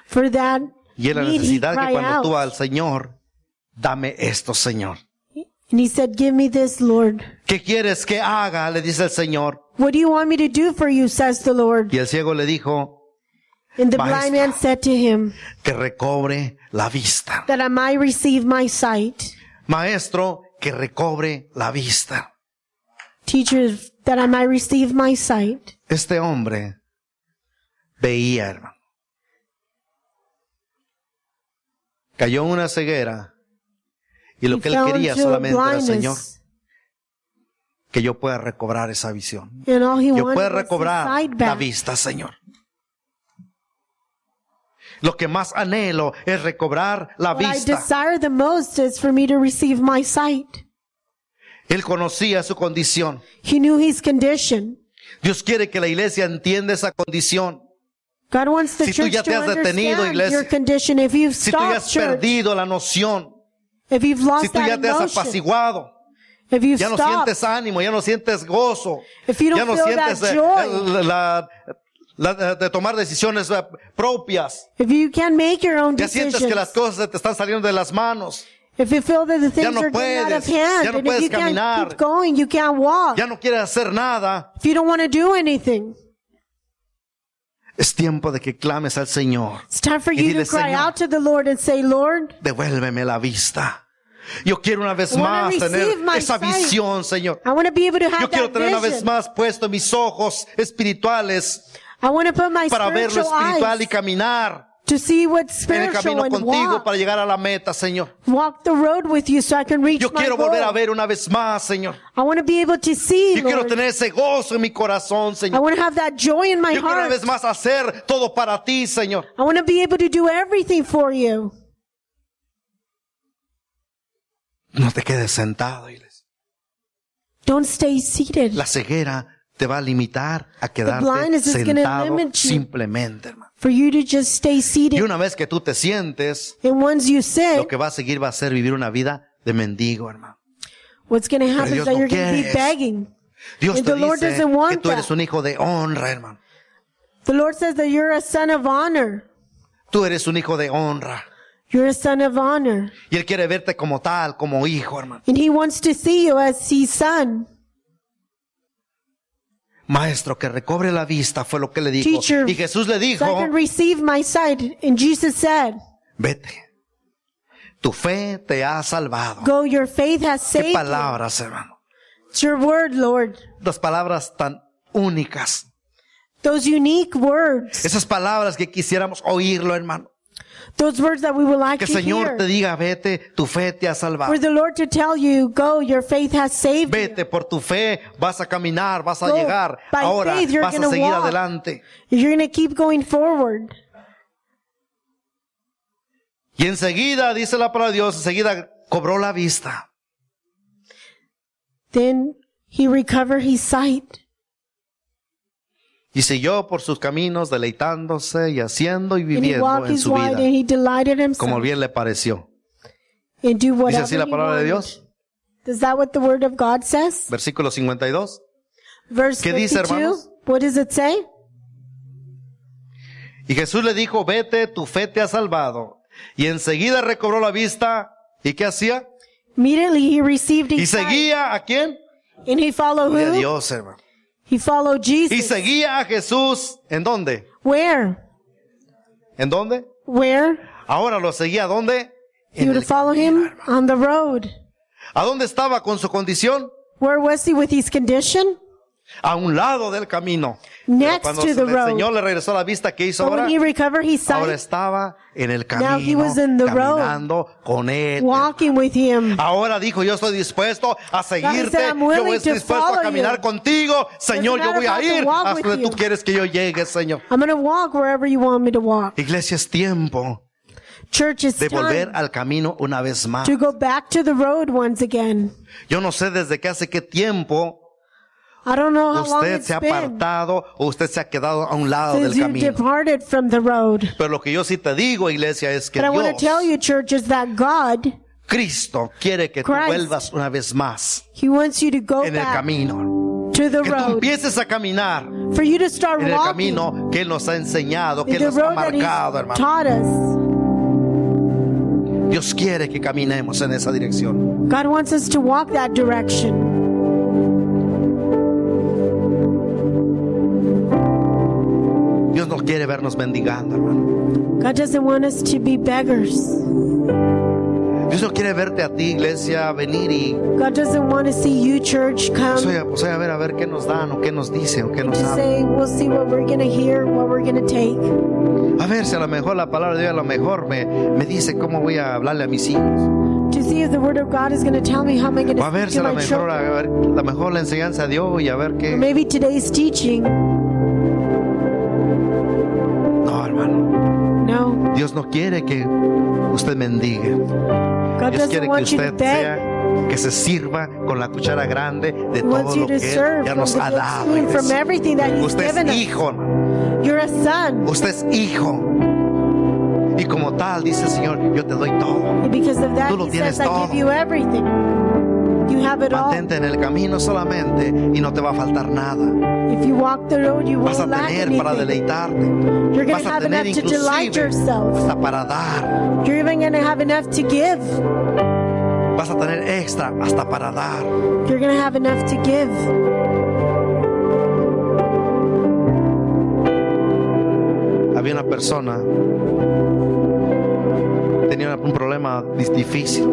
For that Y es la need he necesidad que cried cuando tú out. al Señor dame esto, Señor. And he said, Give me this, Lord. ¿Qué quieres que haga? Le dice el Señor. What do you want me to do for you? says the Lord. Y el ciego le dijo, And the Maestro. blind man said to him, que recobre la vista. That I might receive my sight. Maestro, que recobre la vista. Teacher, that I might receive my sight. Este hombre veía, hermano. Cayó en una ceguera y lo He que él fell quería into solamente era, Señor, blindness, que yo pueda recobrar esa visión. And all he Yo wanted pueda was his recobrar sight la back. vista, Señor. Lo que más anhelo es recobrar la What I vista. desire the most is for me to receive my sight. Él conocía su condición. He knew his condition. Dios quiere que la iglesia entienda esa condición. God wants the Si tú church ya te to has detenido, understand iglesia. your condition. If you've Si tú ya stopped, has church, perdido la noción, if you've lost si tú ya that te has emotion, apaciguado, if you've ya no stopped, sientes ánimo, ya no sientes gozo, If you don't ya no feel that sientes eh, joy. eh, la, la- de tomar decisiones eh, propias, if you can make your own ya decisions, sientes que las cosas se te están saliendo de las manos, if you feel that the things no are getting out of puedes, hand, ya no and if puedes you can't caminar. keep going, you can't walk, ya no quieres hacer nada, if you don't want to do anything, es tiempo de que clames al Señor. it's time for Y you dile, to cry "Señor, out to the Lord and say, Lord, Devuélveme la vista. Yo quiero una vez I wanna más tener receive my esa sight. visión, Señor. I want to be able to Yo have quiero that tener una vez vision. más puesto mis ojos espirituales I want to put my para ver lo spiritual espiritual y eyes caminar to see en el what's spiritual camino and contigo walk, para llegar a la meta, Señor. walk the road with you so I can reach Yo my quiero volver a goal. ver una vez más, Señor. I want to be able to see, Yo quiero Lord. tener ese gozo en mi corazón, I Señor. want to have that joy in my Yo quiero una heart. vez más hacer todo para ti, Señor. I want to be able to do everything for you. No te quedes sentado, iglesia. Don't stay seated. La ceguera te va a limitar a quedarte blindness is gonna sentado limit you. simplemente, hermano. for you to just stay Y seated. una vez que tú te sientes, and once you lo sit, que va a seguir va a ser vivir una vida de mendigo, hermano. what's going to happen Dios is that no you're going to quiere be eso. begging. Dios And te the Lord dice doesn't want que tú eres that. un hijo de honra, hermano. The Lord says that you're a son of honor. Tú eres un hijo de honra. You're a son of honor. Y Él quiere verte como tal, como hijo, hermano. And he wants to see you as his son. Maestro, que recobre la vista, fue lo que le dijo. Teacher, y Jesús le So I dijo, can receive my sight. And Jesus said, vete. Tu fe te ha salvado. Go, your faith has Qué saved you. palabras, hermano. It's your word, Lord. Las palabras tan únicas. Those unique words. Esas palabras que quisiéramos oírlo, hermano. Those words that we would like Que to el Señor hear. te diga, vete, tu fe te ha salvado. For the Lord to tell you, go, your faith has saved you. Vete por tu fe, vas a caminar, vas a Go. llegar. By Ahora faith you're vas a gonna seguir walk. adelante. You're going to keep going forward. Y enseguida, dice la palabra de Dios, enseguida cobró la vista. Then he recovered his sight. Y siguió por sus caminos, deleitándose y haciendo y And he viviendo walked en his su way vida, and he delighted como himself bien le pareció. and do Dice whatever así la he palabra de wanted. Dios, Is that what the word of God says? versículo 52. Verse ¿Qué dice, 52. hermanos? What does it say? Y Jesús le dijo, vete, tu fe te ha salvado. Y enseguida recobró la vista. ¿Y qué hacía? Immediately he received Y his sight seguía a quién? and he followed Y a who? Dios, hermano. He followed Y Jesus. seguía a Jesús. ¿En dónde? Where? ¿En dónde? Where? Ahora lo seguía, ¿a dónde? He En would el- follow him on the road. ¿A dónde estaba con su condición? Where was he with his condition? A un lado del camino. Pero Next cuando to se- the el road. Señor le regresó la vista, ¿qué hizo But ahora? when he recovered his Ahora sight, estaba en el Now he camino, was in the road. caminando con él. walking with him. Ahora dijo, yo estoy dispuesto a seguirte, I'm willing yo estoy to dispuesto a follow caminar you. contigo, Señor, yo matter voy a about the ir walk hasta with donde tú you. quieres que yo llegue, Señor. I'm going to walk wherever you want me to walk. Iglesia, es tiempo Church, it's de volver time al camino una vez más. to go back to the road once again. Yo no sé desde qué hace qué tiempo I don't know how long usted it's se ha been apartado o usted se ha quedado a un lado since del you camino. departed from the road. Pero lo que yo sí te digo, iglesia, es que But I want to tell Dios, you, church, is that God, Cristo, quiere que tú Christ. vuelvas una vez más He wants you to go en el back camino. to the Que tú road. empieces a caminar For you to start en el walking camino que Él nos ha enseñado, que in Él the nos ha road that marcado, He's hermano. taught us. Dios quiere que caminemos en esa dirección. God wants us to walk that direction. Dios no quiere vernos mendigando, hermano. God doesn't want us to be beggars. Dios no quiere verte a ti, iglesia, venir y God doesn't want to see you, church, come pues, oye, pues, oye, a ver a ver qué nos dan o qué nos dicen o qué nos to hablan. say, we'll see what we're going to hear, what we're going to take. A ver si a lo mejor la palabra de Dios a lo mejor me, me dice cómo voy a hablarle a mis hijos. To see if the Word of God is going to tell me how am I going O a to ver speak si a to lo my mejor, a children. ver, a lo mejor la enseñanza de hoy, a ver Or qué. maybe today's teaching. No, hermano. No, Dios no quiere que usted mendigue. God Dios doesn't quiere que want you to usted beg. sea, que se sirva con la cuchara grande de He todo lo wants you que to Él serve ya from, the nos ha good dado. y spoon, from des- everything that He's Usted given es us. hijo, hermano. You're a son. usted es hijo. Y como tal, dice el Señor, yo te doy todo. And because of that, Tú lo He says, tienes I todo. give you everything. You have it all. Mantente en el camino solamente y no te va a faltar nada. If you walk the road, you Vas a won't lack tener para anything. deleitarte. You're going Vas to a have tener enough to delight inclusive yourself. hasta para dar. You're even going to have enough to give. Vas a tener extra hasta para dar. You're going to have enough to give. Había una persona tenía un problema dis- difícil.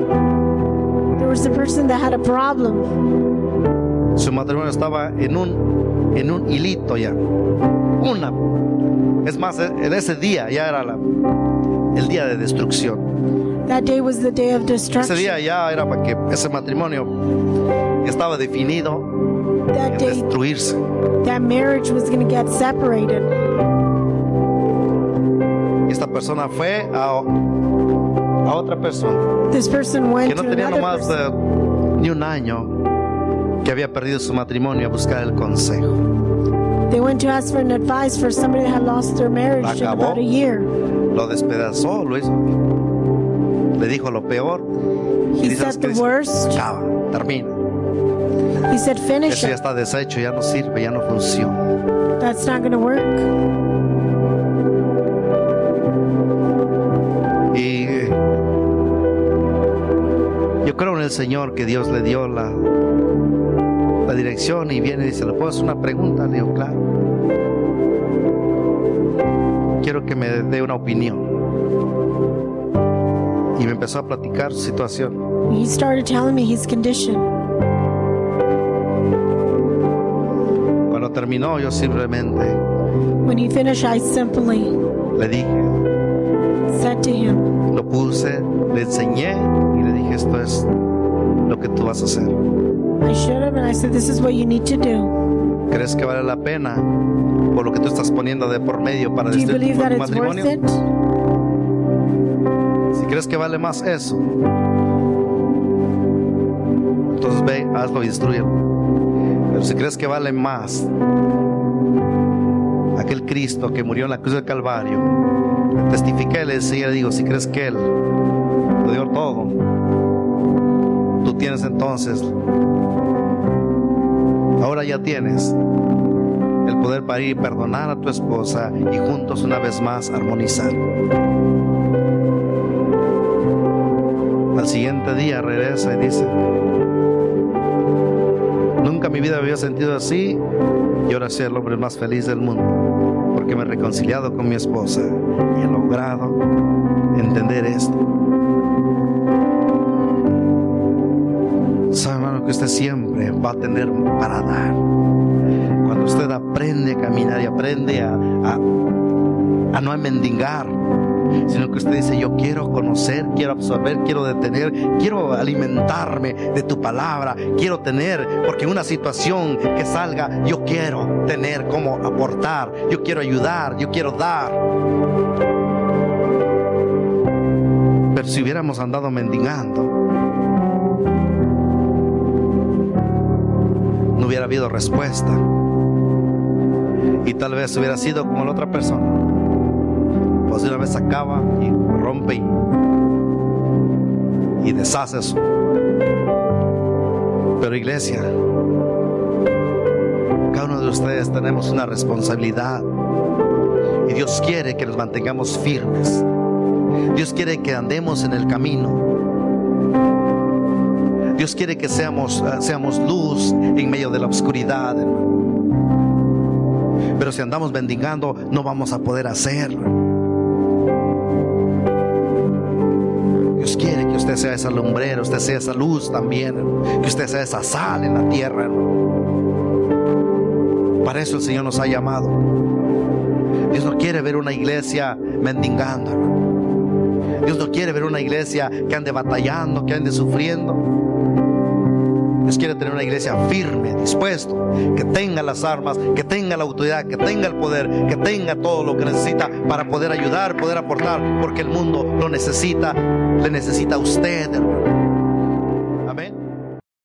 There was a person that had a problem. Su matrimonio estaba en un en un hilito ya. Una. Es más, e- en ese día ya era la- el día de destrucción. That day was the day of Ese día destruction. ya era para que ese matrimonio estaba definido That en day, destruirse. that marriage was going to get separated. Y Esta persona fue a, a otra persona This person que went no to tenía another nomás eh, person ni un año que había perdido su matrimonio a buscar el consejo. eh, They went to ask for an advice for somebody that had lost their marriage in Acabó. about a year. Lo despedazó, lo hizo. Le dijo lo peor. Y He dice, said "¿Sabes qué? the Dice, worst. Acaba, termina. He said finish Eso ya it. está deshecho, ya no sirve, ya no funciona. That's not going to work. Y eh, yo creo en el Señor que Dios le dio la, la dirección y viene y dice, ¿le puedo hacer una pregunta? Le digo, claro. Quiero que me dé una opinión. Y me empezó a platicar su situación. He started telling me his condition. Cuando terminó, yo simplemente When he finished, I simply le dije, said to him, lo puse, le enseñé y le dije, esto es lo que tú vas a hacer. I should have, and I said, This is what you need to do. ¿Crees que vale la pena por lo que tú estás poniendo de por medio para Do you destruir believe tu that propio it's worth matrimonio? it? Si crees que vale más eso, entonces ve, hazlo y destruyelo. Pero si crees que vale más aquel Cristo que murió en la cruz del Calvario, testifica y le decía, le digo, si crees que Él lo dio todo, tú tienes entonces, ahora ya tienes el poder para ir y perdonar a tu esposa y juntos una vez más armonizar. Al siguiente día regresa y dice, nunca en mi vida me había sentido así y ahora soy el hombre más feliz del mundo porque me he reconciliado con mi esposa y he logrado entender esto. Sabe hermano que usted siempre va a tener para dar. Cuando usted aprende a caminar y aprende a, a- a no mendigar, sino que usted dice, yo quiero conocer, quiero absorber, quiero detener, quiero alimentarme de tu palabra, quiero tener, porque una situación que salga, yo quiero tener cómo aportar, yo quiero ayudar, yo quiero dar. Pero si hubiéramos andado mendigando, no hubiera habido respuesta. Y tal vez hubiera sido como la otra persona pues de una vez acaba y rompe y, y deshace eso. Pero iglesia, cada uno de ustedes tenemos una responsabilidad y Dios quiere que nos mantengamos firmes Dios quiere que andemos en el camino. Dios quiere que seamos, ah, seamos luz en medio de la oscuridad. hermano. Pero si andamos mendigando, no vamos a poder hacerlo. Dios quiere que usted sea esa lumbrera, usted sea esa luz también, hermano. que usted sea esa sal en la tierra. hermano. Para eso el Señor nos ha llamado. Dios no quiere ver una iglesia mendigando. hermano. Dios no quiere ver una iglesia que ande batallando, que ande sufriendo. Dios quiere tener una iglesia firme, dispuesto, que tenga las armas, que tenga la autoridad, que tenga el poder, que tenga todo lo que necesita para poder ayudar, poder aportar, porque el mundo lo necesita, le necesita a usted, hermano.